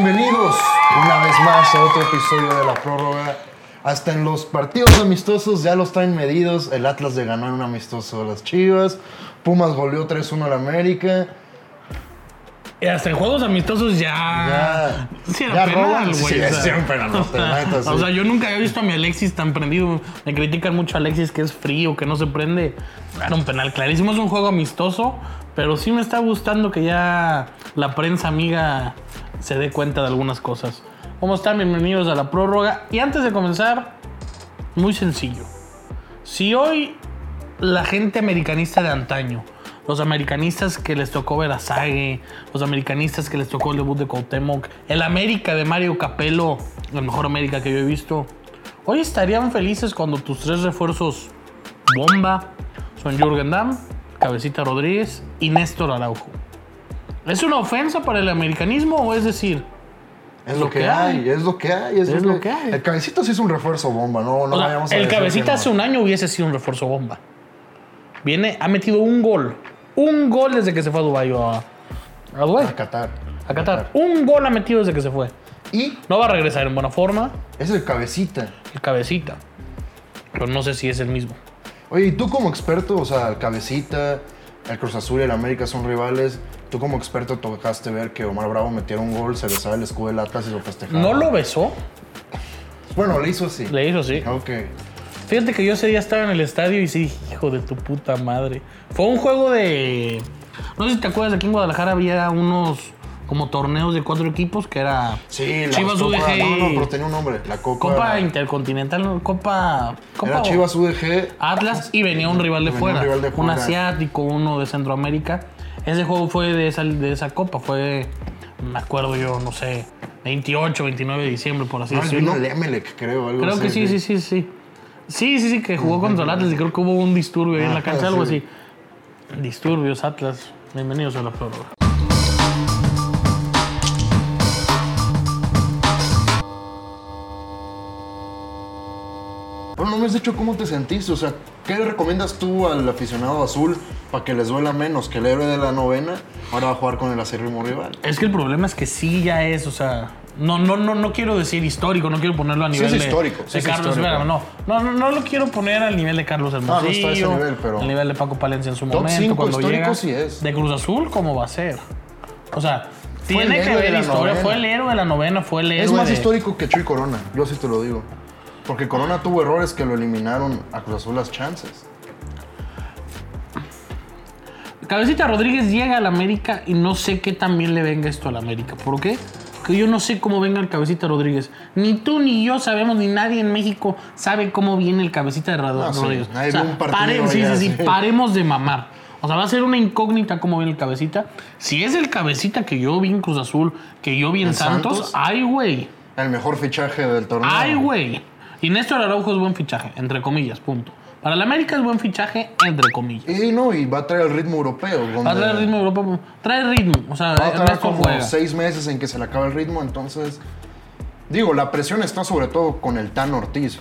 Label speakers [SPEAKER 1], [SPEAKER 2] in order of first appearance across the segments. [SPEAKER 1] Bienvenidos una vez más a otro episodio de la prórroga. Hasta en los partidos amistosos ya los traen medidos. El Atlas le ganó en un amistoso a las Chivas. Pumas goleó 3-1 al América.
[SPEAKER 2] Y Eh, hasta en juegos amistosos ya.
[SPEAKER 1] Ya-
[SPEAKER 2] Ah, Sí, era
[SPEAKER 1] ya roban,
[SPEAKER 2] penal,
[SPEAKER 1] sí,
[SPEAKER 2] güey. o sea.
[SPEAKER 1] sí, era penal, no, la neta, sí.
[SPEAKER 2] O sea, yo nunca había visto a mi Alexis tan prendido. Me critican mucho a Alexis que es frío, que no se prende. Era un penal clarísimo. Es un juego amistoso, pero sí me está gustando que ya la prensa amiga se dé cuenta de algunas cosas. ¿Cómo están? Bienvenidos a la prórroga. Y antes de comenzar, muy sencillo. Si hoy la gente americanista de antaño, los americanistas que les tocó ver a Sague, los americanistas que les tocó el debut de Cuauhtémoc, el América de Mario Capello, el mejor América que yo he visto, hoy estarían felices cuando tus tres refuerzos bomba son Jürgen Damm, Cabecita Rodríguez y Néstor Araujo. ¿Es una ofensa para el americanismo o es decir,
[SPEAKER 1] Es lo que, hay, es lo que hay. Es,
[SPEAKER 2] lo que hay.
[SPEAKER 1] El cabecito sí es un refuerzo bomba, no, no
[SPEAKER 2] O sea,
[SPEAKER 1] vayamos a
[SPEAKER 2] el
[SPEAKER 1] decir que
[SPEAKER 2] cabecita
[SPEAKER 1] no.
[SPEAKER 2] hace un año hubiese sido un refuerzo bomba. Viene, ha metido un gol. Un gol desde que se fue a Dubái o a, a Dubái,
[SPEAKER 1] A Qatar.
[SPEAKER 2] a Qatar. Un gol ha metido desde que se fue.
[SPEAKER 1] Y
[SPEAKER 2] No va a regresar en buena forma
[SPEAKER 1] es el cabecita.
[SPEAKER 2] el cabecita. Pero no sé si es el mismo.
[SPEAKER 1] Oye, y tú como experto, o sea, el Cabecita, el Cruz Azul y el América son rivales. Tú como experto tocaste ver que Omar Bravo metiera un gol, se besaba el escudo del Atlas y lo festejaba.
[SPEAKER 2] No lo besó,
[SPEAKER 1] Bueno, le hizo así.
[SPEAKER 2] le hizo así.
[SPEAKER 1] Ok.
[SPEAKER 2] Fíjate que yo ese día estaba en el estadio y sí dije, hijo de tu puta madre. Fue un juego de. No sé si te acuerdas, aquí en Guadalajara había unos como torneos de cuatro equipos que era
[SPEAKER 1] Sí, la
[SPEAKER 2] Chivas
[SPEAKER 1] Copa-
[SPEAKER 2] UDG.
[SPEAKER 1] No, no, pero tenía un nombre. La Copa.
[SPEAKER 2] Copa Intercontinental, no, Copa, Copa
[SPEAKER 1] Era Chivas UDG.
[SPEAKER 2] Ah, Atlas y venía un rival de
[SPEAKER 1] Venía un
[SPEAKER 2] fuera, un,
[SPEAKER 1] rival de fuera.
[SPEAKER 2] asiático, uno de Centroamérica. Ese juego fue de esa, de esa copa, fue, me acuerdo yo, no sé, 28, 29 de diciembre, por así
[SPEAKER 1] Ah, No,
[SPEAKER 2] decirlo.
[SPEAKER 1] vino el Emelec, creo. Algo
[SPEAKER 2] Creo que sí, sí, sí, sí. Sí, sí, sí, que jugó contra el Atlas y creo que hubo un disturbio ahí en la
[SPEAKER 1] Ajá,
[SPEAKER 2] cancha, algo
[SPEAKER 1] Ah, sí.
[SPEAKER 2] así. Disturbios, Atlas. Bienvenidos a la prórroga.
[SPEAKER 1] Bueno, no me has dicho cómo te sentiste. O sea, ¿qué le recomiendas tú al aficionado azul para que les duela menos que el héroe de la novena ahora va a jugar con el acérrimo rival?
[SPEAKER 2] Es que el problema es que sí ya es, o sea, no, no, no, no quiero decir histórico, no quiero ponerlo a
[SPEAKER 1] es
[SPEAKER 2] nivel de,
[SPEAKER 1] histórico, sí
[SPEAKER 2] de
[SPEAKER 1] es
[SPEAKER 2] Carlos
[SPEAKER 1] histórico.
[SPEAKER 2] Vela, no, no, no, no lo quiero poner al nivel de Carlos
[SPEAKER 1] no
[SPEAKER 2] Hermosillo,
[SPEAKER 1] está a ese nivel, pero-
[SPEAKER 2] al nivel de Paco Palencia en su
[SPEAKER 1] Top
[SPEAKER 2] momento,
[SPEAKER 1] cinco
[SPEAKER 2] cuando
[SPEAKER 1] histórico
[SPEAKER 2] llega
[SPEAKER 1] sí es.
[SPEAKER 2] de Cruz Azul, ¿cómo va a ser? O sea,
[SPEAKER 1] el
[SPEAKER 2] tiene que
[SPEAKER 1] héroe de
[SPEAKER 2] haber
[SPEAKER 1] la
[SPEAKER 2] historia,
[SPEAKER 1] novena.
[SPEAKER 2] fue el héroe de la novena, fue el héroe
[SPEAKER 1] Es más
[SPEAKER 2] de-
[SPEAKER 1] histórico que Chuy Corona, yo sí te lo digo. Porque Corona tuvo errores que lo eliminaron a Cruz Azul las chances.
[SPEAKER 2] Cabecita Rodríguez llega al América y no sé qué también le venga esto al América. ¿Por qué? Porque yo no sé cómo venga el Cabecita Rodríguez. Ni tú ni yo sabemos, ni nadie en México sabe cómo viene el Cabecita de Rod-
[SPEAKER 1] Ah, sí.
[SPEAKER 2] Rodríguez.
[SPEAKER 1] Nadie
[SPEAKER 2] O sea,
[SPEAKER 1] ve un partido
[SPEAKER 2] paren- sí,
[SPEAKER 1] ya,
[SPEAKER 2] sí, sí,
[SPEAKER 1] sí.
[SPEAKER 2] paremos de mamar. O sea, va a ser una incógnita cómo viene el Cabecita. Si es el Cabecita que yo vi en Cruz Azul, que yo vi en,
[SPEAKER 1] ¿En
[SPEAKER 2] Santos,
[SPEAKER 1] Santos? Ah.
[SPEAKER 2] ay, güey.
[SPEAKER 1] El mejor fichaje del torneo.
[SPEAKER 2] Ay, güey. Y Néstor Araujo es buen fichaje, entre comillas, punto. Para el América es buen fichaje, entre comillas.
[SPEAKER 1] Y no, y va a traer el ritmo europeo.
[SPEAKER 2] Va a
[SPEAKER 1] donde
[SPEAKER 2] traer Ah, ritmo Europa. pues. Trae ritmo. O sea,
[SPEAKER 1] va a
[SPEAKER 2] el
[SPEAKER 1] traer
[SPEAKER 2] resto
[SPEAKER 1] como
[SPEAKER 2] juega.
[SPEAKER 1] seis meses en que se le acaba el ritmo, entonces. Digo, la presión está sobre todo con el Tan Ortiz.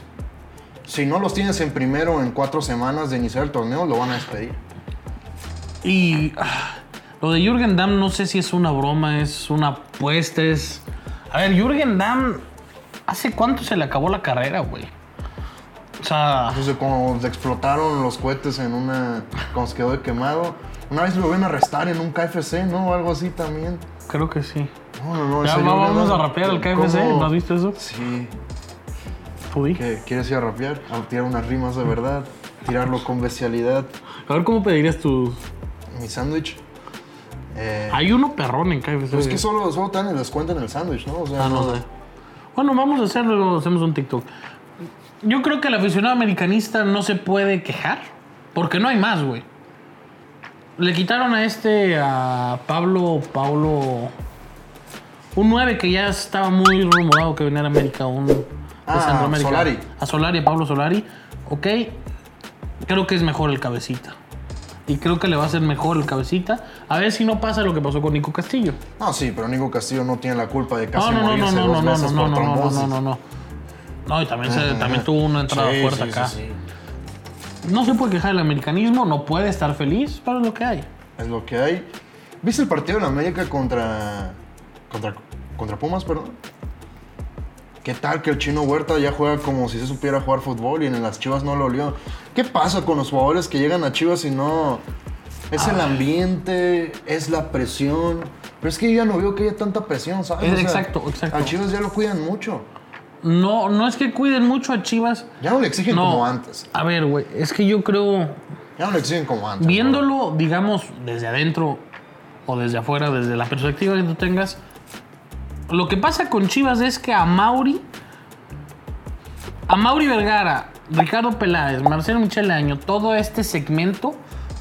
[SPEAKER 1] Si no los tienes en primero en cuatro semanas de iniciar el torneo, lo van a despedir.
[SPEAKER 2] Y ah, lo de Jürgen Damm no sé si es una broma, es una apuesta, es... A ver, Jürgen Damm, ¿hace cuánto se le acabó la carrera, güey? O sea,
[SPEAKER 1] Entonces, como se explotaron los cohetes en una. Cuando se quedó de quemado. Una vez lo ven a arrestar en un KFC, ¿no? Algo así también.
[SPEAKER 2] creo que sí.
[SPEAKER 1] No, no, no.
[SPEAKER 2] Ya
[SPEAKER 1] ese
[SPEAKER 2] vamos,
[SPEAKER 1] Jordan,
[SPEAKER 2] a rapear al KFC,
[SPEAKER 1] ¿cómo?
[SPEAKER 2] ¿no has visto eso?
[SPEAKER 1] Sí.
[SPEAKER 2] Fudí.
[SPEAKER 1] ¿Qué? ¿Quieres ir a rapear? A tirar unas rimas de verdad. Tirarlo con bestialidad.
[SPEAKER 2] A ver, ¿cómo pedirías tu...?
[SPEAKER 1] Mi sándwich. Eh,
[SPEAKER 2] Hay uno perrón en KFC.
[SPEAKER 1] pues es
[SPEAKER 2] güey.
[SPEAKER 1] que solo, solo te dan el descuento en el sándwich, ¿no? O sea,
[SPEAKER 2] Ah, no sé. Bueno, vamos a hacerlo, luego hacemos un TikTok. Yo creo que el aficionado americanista no se puede quejar, porque no hay más, güey. Le quitaron a este, a Pablo, Pablo, un 9 que ya estaba muy rumorado que venía a América, un de
[SPEAKER 1] Ah,
[SPEAKER 2] Centroamérica.
[SPEAKER 1] Solari.
[SPEAKER 2] A Solari, a Pablo Solari. Ok, creo que es mejor el cabecita. Y creo que le va a ser mejor el cabecita. A ver si no pasa lo que pasó con Nico Castillo.
[SPEAKER 1] No, sí, pero Nico Castillo no tiene la culpa de casi
[SPEAKER 2] No, no, no, no,
[SPEAKER 1] morirse
[SPEAKER 2] no, no,
[SPEAKER 1] dos
[SPEAKER 2] no,
[SPEAKER 1] veces
[SPEAKER 2] no, no,
[SPEAKER 1] por
[SPEAKER 2] no, no,
[SPEAKER 1] trombosis.
[SPEAKER 2] no, no, no. No, y también, se, también tuvo una entrada
[SPEAKER 1] Sí,
[SPEAKER 2] fuerte
[SPEAKER 1] sí, sí,
[SPEAKER 2] acá.
[SPEAKER 1] sí.
[SPEAKER 2] No se puede quejar del americanismo, no puede estar feliz, pero es lo que hay.
[SPEAKER 1] Es lo que hay. ¿Viste el partido en América contra. contra Contra Pumas, perdón. ¿Qué tal que el chino Huerta ya juega como si se supiera jugar fútbol y en las Chivas no lo olió? ¿Qué pasa con los jugadores que llegan a Chivas y no... Es el ambiente, es la presión. Pero es que yo ya no veo que haya tanta presión, ¿sabes?
[SPEAKER 2] Es-
[SPEAKER 1] O sea,
[SPEAKER 2] Eh, exacto, exacto.
[SPEAKER 1] A Chivas ya lo cuidan mucho.
[SPEAKER 2] No, no es que cuiden mucho a Chivas.
[SPEAKER 1] Ya no le exigen
[SPEAKER 2] No.
[SPEAKER 1] como antes.
[SPEAKER 2] A ver, güey, es que yo creo,
[SPEAKER 1] Ya no le exigen como antes. ¿no?
[SPEAKER 2] viéndolo, digamos, desde adentro o desde afuera, desde la perspectiva que tú tengas, lo que pasa con Chivas es que a Mauri, a Mauri Vergara, Ricardo Peláez, Marcelo Michel Año, todo este segmento,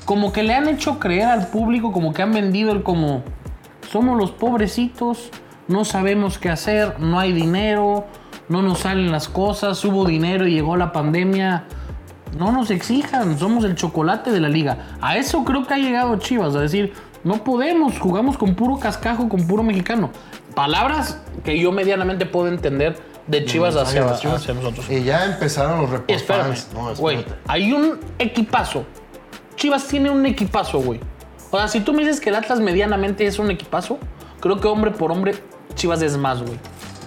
[SPEAKER 2] como que le han hecho creer al público, como que han vendido el como, somos los pobrecitos, no sabemos qué hacer, no hay dinero, no nos salen las cosas, hubo dinero y llegó la pandemia. No nos exijan, somos el chocolate de la liga. A eso creo que ha llegado Chivas, a decir, no podemos, jugamos con puro cascajo, con puro mexicano. Palabras que yo medianamente puedo entender de Chivas
[SPEAKER 1] Ay,
[SPEAKER 2] hacia,
[SPEAKER 1] las Chivas.
[SPEAKER 2] hacia nosotros.
[SPEAKER 1] Y ya empezaron los
[SPEAKER 2] Espérame,
[SPEAKER 1] reportajes. No,
[SPEAKER 2] güey,
[SPEAKER 1] espérate.
[SPEAKER 2] hay un equipazo. Chivas tiene un equipazo, güey. O sea, si tú me dices que el Atlas medianamente es un equipazo, creo que hombre por hombre Chivas es más, güey.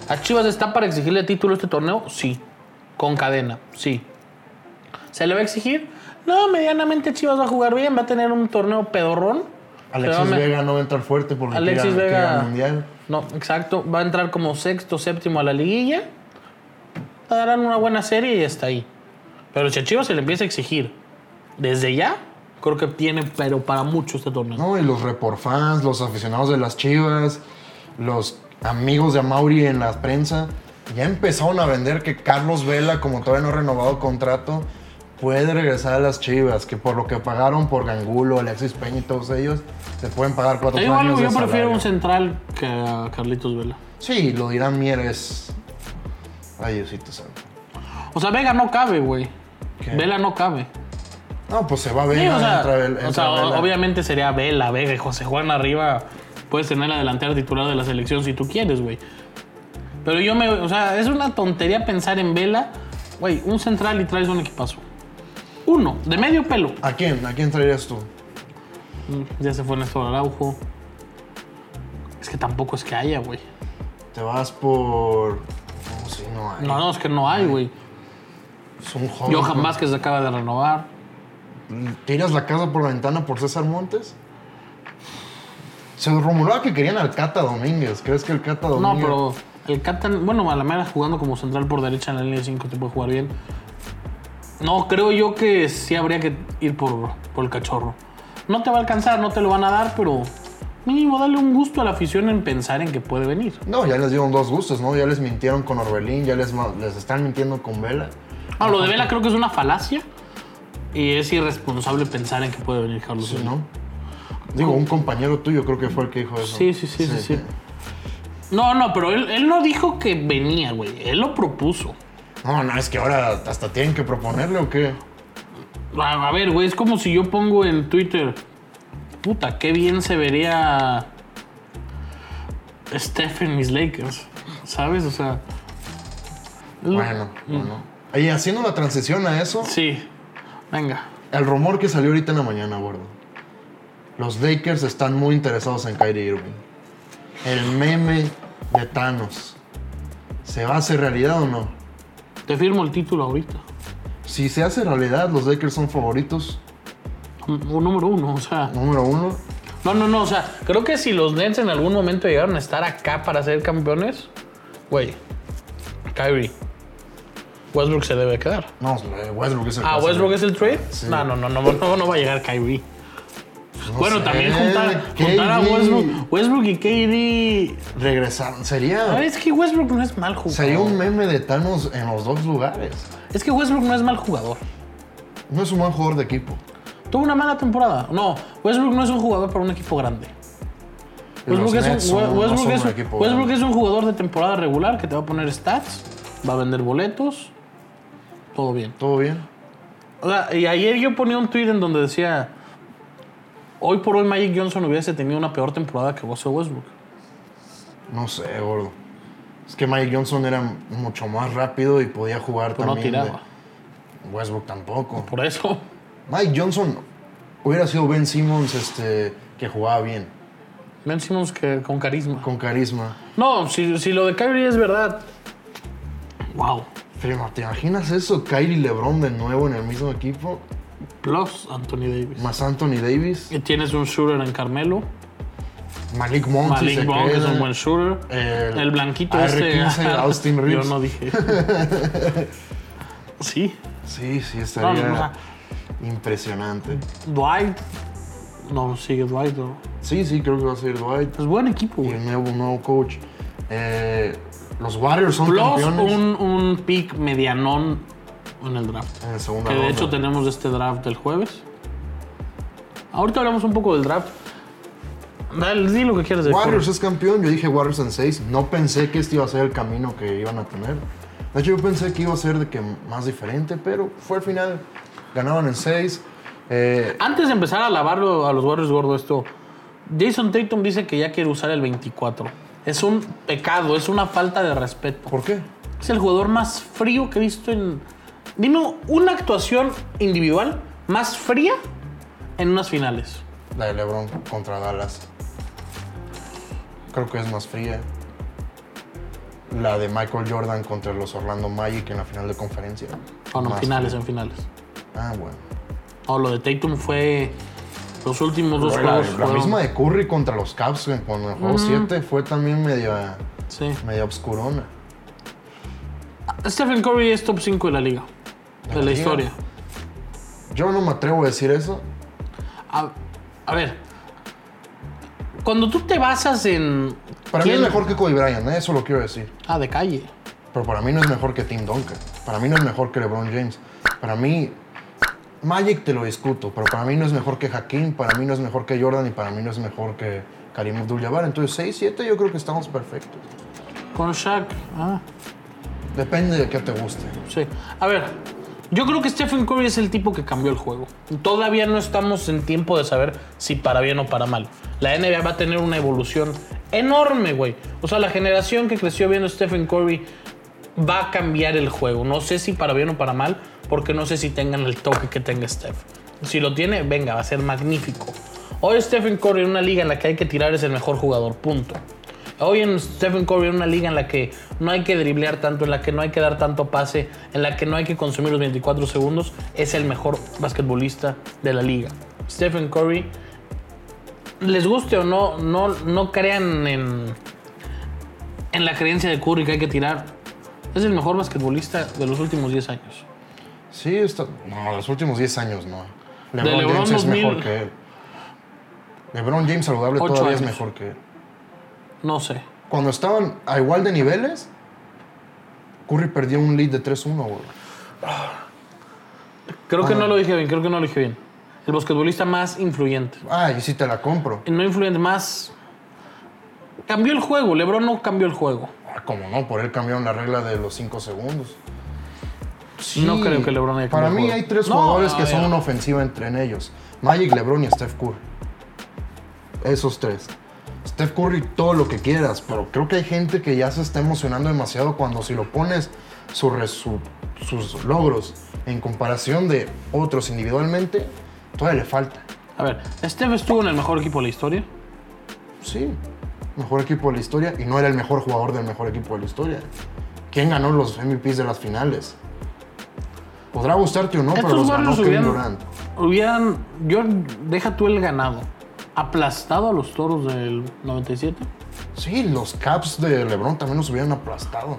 [SPEAKER 2] ¿A Chivas está para exigirle título este torneo? Sí. Con cadena, sí. ¿Se le va a exigir? No, medianamente Chivas va a jugar bien, va a tener un torneo pedorrón.
[SPEAKER 1] Alexis
[SPEAKER 2] Pero me-
[SPEAKER 1] Vega no va a entrar fuerte porque
[SPEAKER 2] Alexis
[SPEAKER 1] quiere- quiere
[SPEAKER 2] Vega.
[SPEAKER 1] al mundial.
[SPEAKER 2] No, exacto. Va a entrar como sexto, séptimo a la liguilla. Darán una buena serie y está ahí. Pero si a Chivas se le empieza a exigir desde ya, creo que tiene, pero para mucho este torneo.
[SPEAKER 1] No, y los reporfans, los aficionados de las Chivas, los amigos de Amauri en la prensa, ya empezaron a vender que Carlos Vela, como todavía no ha renovado contrato, puede regresar a las Chivas, que por lo que pagaron por Gangulo, Alexis Peña y todos ellos, se pueden pagar cuatro
[SPEAKER 2] Te digo
[SPEAKER 1] años
[SPEAKER 2] algo,
[SPEAKER 1] de
[SPEAKER 2] yo prefiero
[SPEAKER 1] salario.
[SPEAKER 2] un central que a Carlitos Vela.
[SPEAKER 1] Sí, lo dirán Mieres. Ay, Diosito santo.
[SPEAKER 2] O sea, Vega no cabe, güey.
[SPEAKER 1] ¿Qué?
[SPEAKER 2] Vela no cabe.
[SPEAKER 1] No, pues se va a ver.
[SPEAKER 2] Sí, o sea,
[SPEAKER 1] entra Vel-
[SPEAKER 2] o
[SPEAKER 1] entra
[SPEAKER 2] sea, o-
[SPEAKER 1] Vela.
[SPEAKER 2] obviamente sería Vela, Vega y José Juan arriba. Puedes tener la delantera titular de la selección si tú quieres, güey. Pero yo me. O sea, es una tontería pensar en Vela. Güey, un central y traes un equipazo. Uno, de medio pelo.
[SPEAKER 1] ¿A quién? ¿A quién traerías tú?
[SPEAKER 2] Mm, Ya se fue Néstor Araujo. Es que tampoco es que haya, güey.
[SPEAKER 1] Te vas por. No, sí, no hay.
[SPEAKER 2] No, no, es que no hay, güey.
[SPEAKER 1] Es un joven.
[SPEAKER 2] Johan Vázquez acaba de renovar.
[SPEAKER 1] ¿Tiras la casa por la ventana por César Montes? Se rumoraba que querían al Cata Domínguez. ¿Crees que el Cata
[SPEAKER 2] No,
[SPEAKER 1] Domínguez?
[SPEAKER 2] pero el Captain, bueno, Malamera jugando como central por derecha en la línea 5 te puede jugar bien. No, creo yo que sí habría que ir por, por el cachorro. No te va a alcanzar, no te lo van a dar, pero mínimo dale un gusto a la afición en pensar en que puede venir.
[SPEAKER 1] No, ya les dieron dos gustos, ¿no? Ya les mintieron con Orbelín, ya les, ma- les están mintiendo con Vela.
[SPEAKER 2] Ah, lo de Vela creo que es una falacia y es irresponsable pensar en que puede venir Carlos.
[SPEAKER 1] Sí,
[SPEAKER 2] Vela.
[SPEAKER 1] ¿no? Digo, un compañero tuyo creo que fue el que dijo eso.
[SPEAKER 2] Sí, sí, sí, sí, sí. No, no, pero él, él no dijo que venía, güey. Él lo propuso.
[SPEAKER 1] No, no, es que ahora hasta tienen que proponerle o qué.
[SPEAKER 2] A, a ver, güey, es como si yo pongo en Twitter. Puta, qué bien se vería Steph en mis Lakers. ¿Sabes? O sea. es lo-
[SPEAKER 1] Bueno, bueno. Y haciendo la transición a eso,
[SPEAKER 2] Sí. Venga.
[SPEAKER 1] el rumor que salió ahorita en la mañana, gordo. Los Lakers están muy interesados en Kyrie Irving. El meme de Thanos. ¿Se va a hacer realidad o no?
[SPEAKER 2] Te firmo el título ahorita.
[SPEAKER 1] Si se hace realidad, los Lakers son favoritos.
[SPEAKER 2] Un un número uno, o sea.
[SPEAKER 1] Número uno.
[SPEAKER 2] No, no, no. O sea, creo que si los Nets en algún momento llegaron a estar acá para ser campeones, güey. Kyrie. Westbrook se debe quedar.
[SPEAKER 1] No, Westbrook es el que
[SPEAKER 2] Ah,
[SPEAKER 1] hace-
[SPEAKER 2] Westbrook es el trade.
[SPEAKER 1] Sí.
[SPEAKER 2] No, no, no, no, no, no va a llegar Kyrie.
[SPEAKER 1] no
[SPEAKER 2] Bueno,
[SPEAKER 1] sé,
[SPEAKER 2] también juntar,
[SPEAKER 1] KD.
[SPEAKER 2] juntar a Westbrook, Westbrook y KD.
[SPEAKER 1] Regresar. Sería.
[SPEAKER 2] A ver, es que Westbrook no es mal jugador.
[SPEAKER 1] Sería Ah. un meme de Thanos en los dos lugares.
[SPEAKER 2] Es que Westbrook no es mal jugador.
[SPEAKER 1] No es un buen jugador de equipo.
[SPEAKER 2] Tuvo una mala temporada. No, Westbrook no es un jugador para un equipo grande.
[SPEAKER 1] Los
[SPEAKER 2] Westbrook, es un,
[SPEAKER 1] Nets son- no
[SPEAKER 2] Westbrook
[SPEAKER 1] son
[SPEAKER 2] es un-
[SPEAKER 1] equipo
[SPEAKER 2] Westbrook
[SPEAKER 1] grande.
[SPEAKER 2] es un jugador de temporada regular que te va a poner stats, va a vender boletos, todo bien.
[SPEAKER 1] ¿Todo bien?
[SPEAKER 2] O sea, y ayer yo ponía un tweet en donde decía, hoy por hoy Magic Johnson hubiese tenido una peor temporada que Russell Westbrook.
[SPEAKER 1] No sé, gordo. Es que Mike Johnson era mucho más rápido y podía jugar
[SPEAKER 2] Pero Pues no
[SPEAKER 1] también.
[SPEAKER 2] tiraba.
[SPEAKER 1] de- Westbrook tampoco.
[SPEAKER 2] Por eso.
[SPEAKER 1] Mike Johnson hubiera sido Ben Simmons este, que jugaba bien,
[SPEAKER 2] Ben Simmons que, con carisma.
[SPEAKER 1] con carisma.
[SPEAKER 2] No, si, si lo de Kyrie es verdad. Wow.
[SPEAKER 1] Primo, ¿te imaginas eso? Kyrie y LeBron de nuevo en el mismo equipo,
[SPEAKER 2] Plus Anthony Davis.
[SPEAKER 1] más Anthony Davis,
[SPEAKER 2] Y tienes un shooter en Carmelo.
[SPEAKER 1] Malik Monk, si
[SPEAKER 2] Malik
[SPEAKER 1] se
[SPEAKER 2] Monk es
[SPEAKER 1] queda.
[SPEAKER 2] un buen shooter.
[SPEAKER 1] El-
[SPEAKER 2] El, blanquito
[SPEAKER 1] AR-15
[SPEAKER 2] este.
[SPEAKER 1] Austin Reeves.
[SPEAKER 2] Yo no dije. sí.
[SPEAKER 1] Sí, sí,
[SPEAKER 2] No,
[SPEAKER 1] estaría
[SPEAKER 2] no, no.
[SPEAKER 1] impresionante.
[SPEAKER 2] Dwight. No, sigue Dwight. No.
[SPEAKER 1] Sí, sí, creo que va a ser Dwight
[SPEAKER 2] Es buen equipo,
[SPEAKER 1] y
[SPEAKER 2] güey.
[SPEAKER 1] el nuevo, nuevo coach. Eh, los Warriors son
[SPEAKER 2] Plus
[SPEAKER 1] campeones
[SPEAKER 2] un, un pick medianón en el draft.
[SPEAKER 1] en la segunda
[SPEAKER 2] Que de
[SPEAKER 1] ronda.
[SPEAKER 2] hecho tenemos este draft del jueves. Ahorita hablamos un poco del draft. Dale, di lo que quieras decir.
[SPEAKER 1] Warriors es campeón, yo dije Warriors en 6. No pensé que este iba a ser el camino que iban a tener. De hecho, yo pensé que iba a ser de que más diferente, pero fue al final. Ganaban en Eh, 6.
[SPEAKER 2] Antes de empezar a lavarlo a los Warriors gordo esto, Jason Tatum dice que ya quiere usar el 24. Es un pecado, es una falta de respeto.
[SPEAKER 1] ¿Por qué?
[SPEAKER 2] Es el jugador más frío que he visto en... Dime una actuación individual más fría en unas finales.
[SPEAKER 1] La de LeBron contra Dallas. Creo que es más fría. La de Michael Jordan contra los Orlando Magic en la final de conferencia.
[SPEAKER 2] O Ah, no,
[SPEAKER 1] Más
[SPEAKER 2] finales,
[SPEAKER 1] fría.
[SPEAKER 2] en finales.
[SPEAKER 1] Ah, bueno.
[SPEAKER 2] No, lo de Tatum fue... Los últimos dos
[SPEAKER 1] Pero la,
[SPEAKER 2] juegos
[SPEAKER 1] la
[SPEAKER 2] fueron-
[SPEAKER 1] misma de Curry contra los Cavs en- cuando el juego 7 fue también media,
[SPEAKER 2] Sí.
[SPEAKER 1] media obscurona.
[SPEAKER 2] Stephen Curry es top 5 de la liga. De la
[SPEAKER 1] liga?
[SPEAKER 2] historia.
[SPEAKER 1] Yo no me atrevo a decir eso.
[SPEAKER 2] A, a ver. Cuando tú te basas en.
[SPEAKER 1] Para mí es
[SPEAKER 2] quién-
[SPEAKER 1] mejor que Kobe Bryant, ¿eh? eso lo quiero decir.
[SPEAKER 2] Ah, de calle.
[SPEAKER 1] Pero para mí no es mejor que Tim Duncan. Para mí no es mejor que LeBron James. Para mí, Magic te lo discuto, pero para mí no es mejor que Hakim, para mí no es mejor que Jordan y para mí no es mejor que Karim Abdul-Jabbar. Entonces, 6, 7 yo creo que estamos perfectos.
[SPEAKER 2] Con Shaq. Ah,
[SPEAKER 1] Depende de qué te guste.
[SPEAKER 2] sí. A ver. Yo creo que Stephen Curry es el tipo que cambió el juego. Todavía no estamos en tiempo de saber si para bien o para mal. La NBA va a tener una evolución enorme, güey. O sea, la generación que creció viendo Stephen Curry va a cambiar el juego. No sé si para bien o para mal, porque no sé si tengan el toque que tenga Steph. Si lo tiene, venga, va a ser magnífico. Hoy Stephen Curry en una liga en la que hay que tirar es el mejor jugador, punto. Hoy en Stephen Curry en una liga en la que no hay que driblear tanto, en la que no hay que dar tanto pase, en la que no hay que consumir los 24 segundos, es el mejor basquetbolista de la liga. Stephen Curry, les guste o no, no, no crean en, en la creencia de Curry que hay que tirar. Es el mejor basquetbolista de los últimos 10 años.
[SPEAKER 1] Sí, está... no, los últimos 10 años no.
[SPEAKER 2] De
[SPEAKER 1] LeBron,
[SPEAKER 2] LeBron
[SPEAKER 1] James es
[SPEAKER 2] 2000.
[SPEAKER 1] mejor que él. LeBron James saludable
[SPEAKER 2] Ocho
[SPEAKER 1] todavía es
[SPEAKER 2] años.
[SPEAKER 1] mejor que él.
[SPEAKER 2] No sé.
[SPEAKER 1] Cuando estaban a igual de niveles, Curry perdió un lead de 3-1, güey.
[SPEAKER 2] Creo que no lo dije bien, creo que no lo dije bien. El basquetbolista más influyente.
[SPEAKER 1] Ah, y sí te la compro.
[SPEAKER 2] No influyente, más... Cambió el juego, Lebron no cambió el juego.
[SPEAKER 1] Ah, como no, por él cambiaron la regla de los 5 segundos.
[SPEAKER 2] No creo que LeBron haya
[SPEAKER 1] Para
[SPEAKER 2] cambiado
[SPEAKER 1] mí
[SPEAKER 2] juego.
[SPEAKER 1] hay tres
[SPEAKER 2] No,
[SPEAKER 1] jugadores
[SPEAKER 2] a
[SPEAKER 1] que son
[SPEAKER 2] ver.
[SPEAKER 1] una ofensiva entre en ellos. Magic, LeBron y Steph Curry. Esos tres. Steph Curry, todo lo que quieras, pero creo que hay gente que ya se está emocionando demasiado cuando si lo pones su re- su- sus logros en comparación de otros individualmente, todavía le falta.
[SPEAKER 2] A ver, Steph estuvo en el mejor equipo de la historia.
[SPEAKER 1] Sí, mejor equipo de la historia y no era el mejor jugador del mejor equipo de la historia. ¿Quién ganó los MVPs de las finales? Podrá gustarte o no, pero
[SPEAKER 2] Estos
[SPEAKER 1] los ganó
[SPEAKER 2] Warriors
[SPEAKER 1] Kevin
[SPEAKER 2] hubieran,
[SPEAKER 1] Durant.
[SPEAKER 2] hubieran- Yo, deja tú el ganado. Aplastado a los toros del 97.
[SPEAKER 1] Sí, los Caps de LeBron también los hubieran aplastado.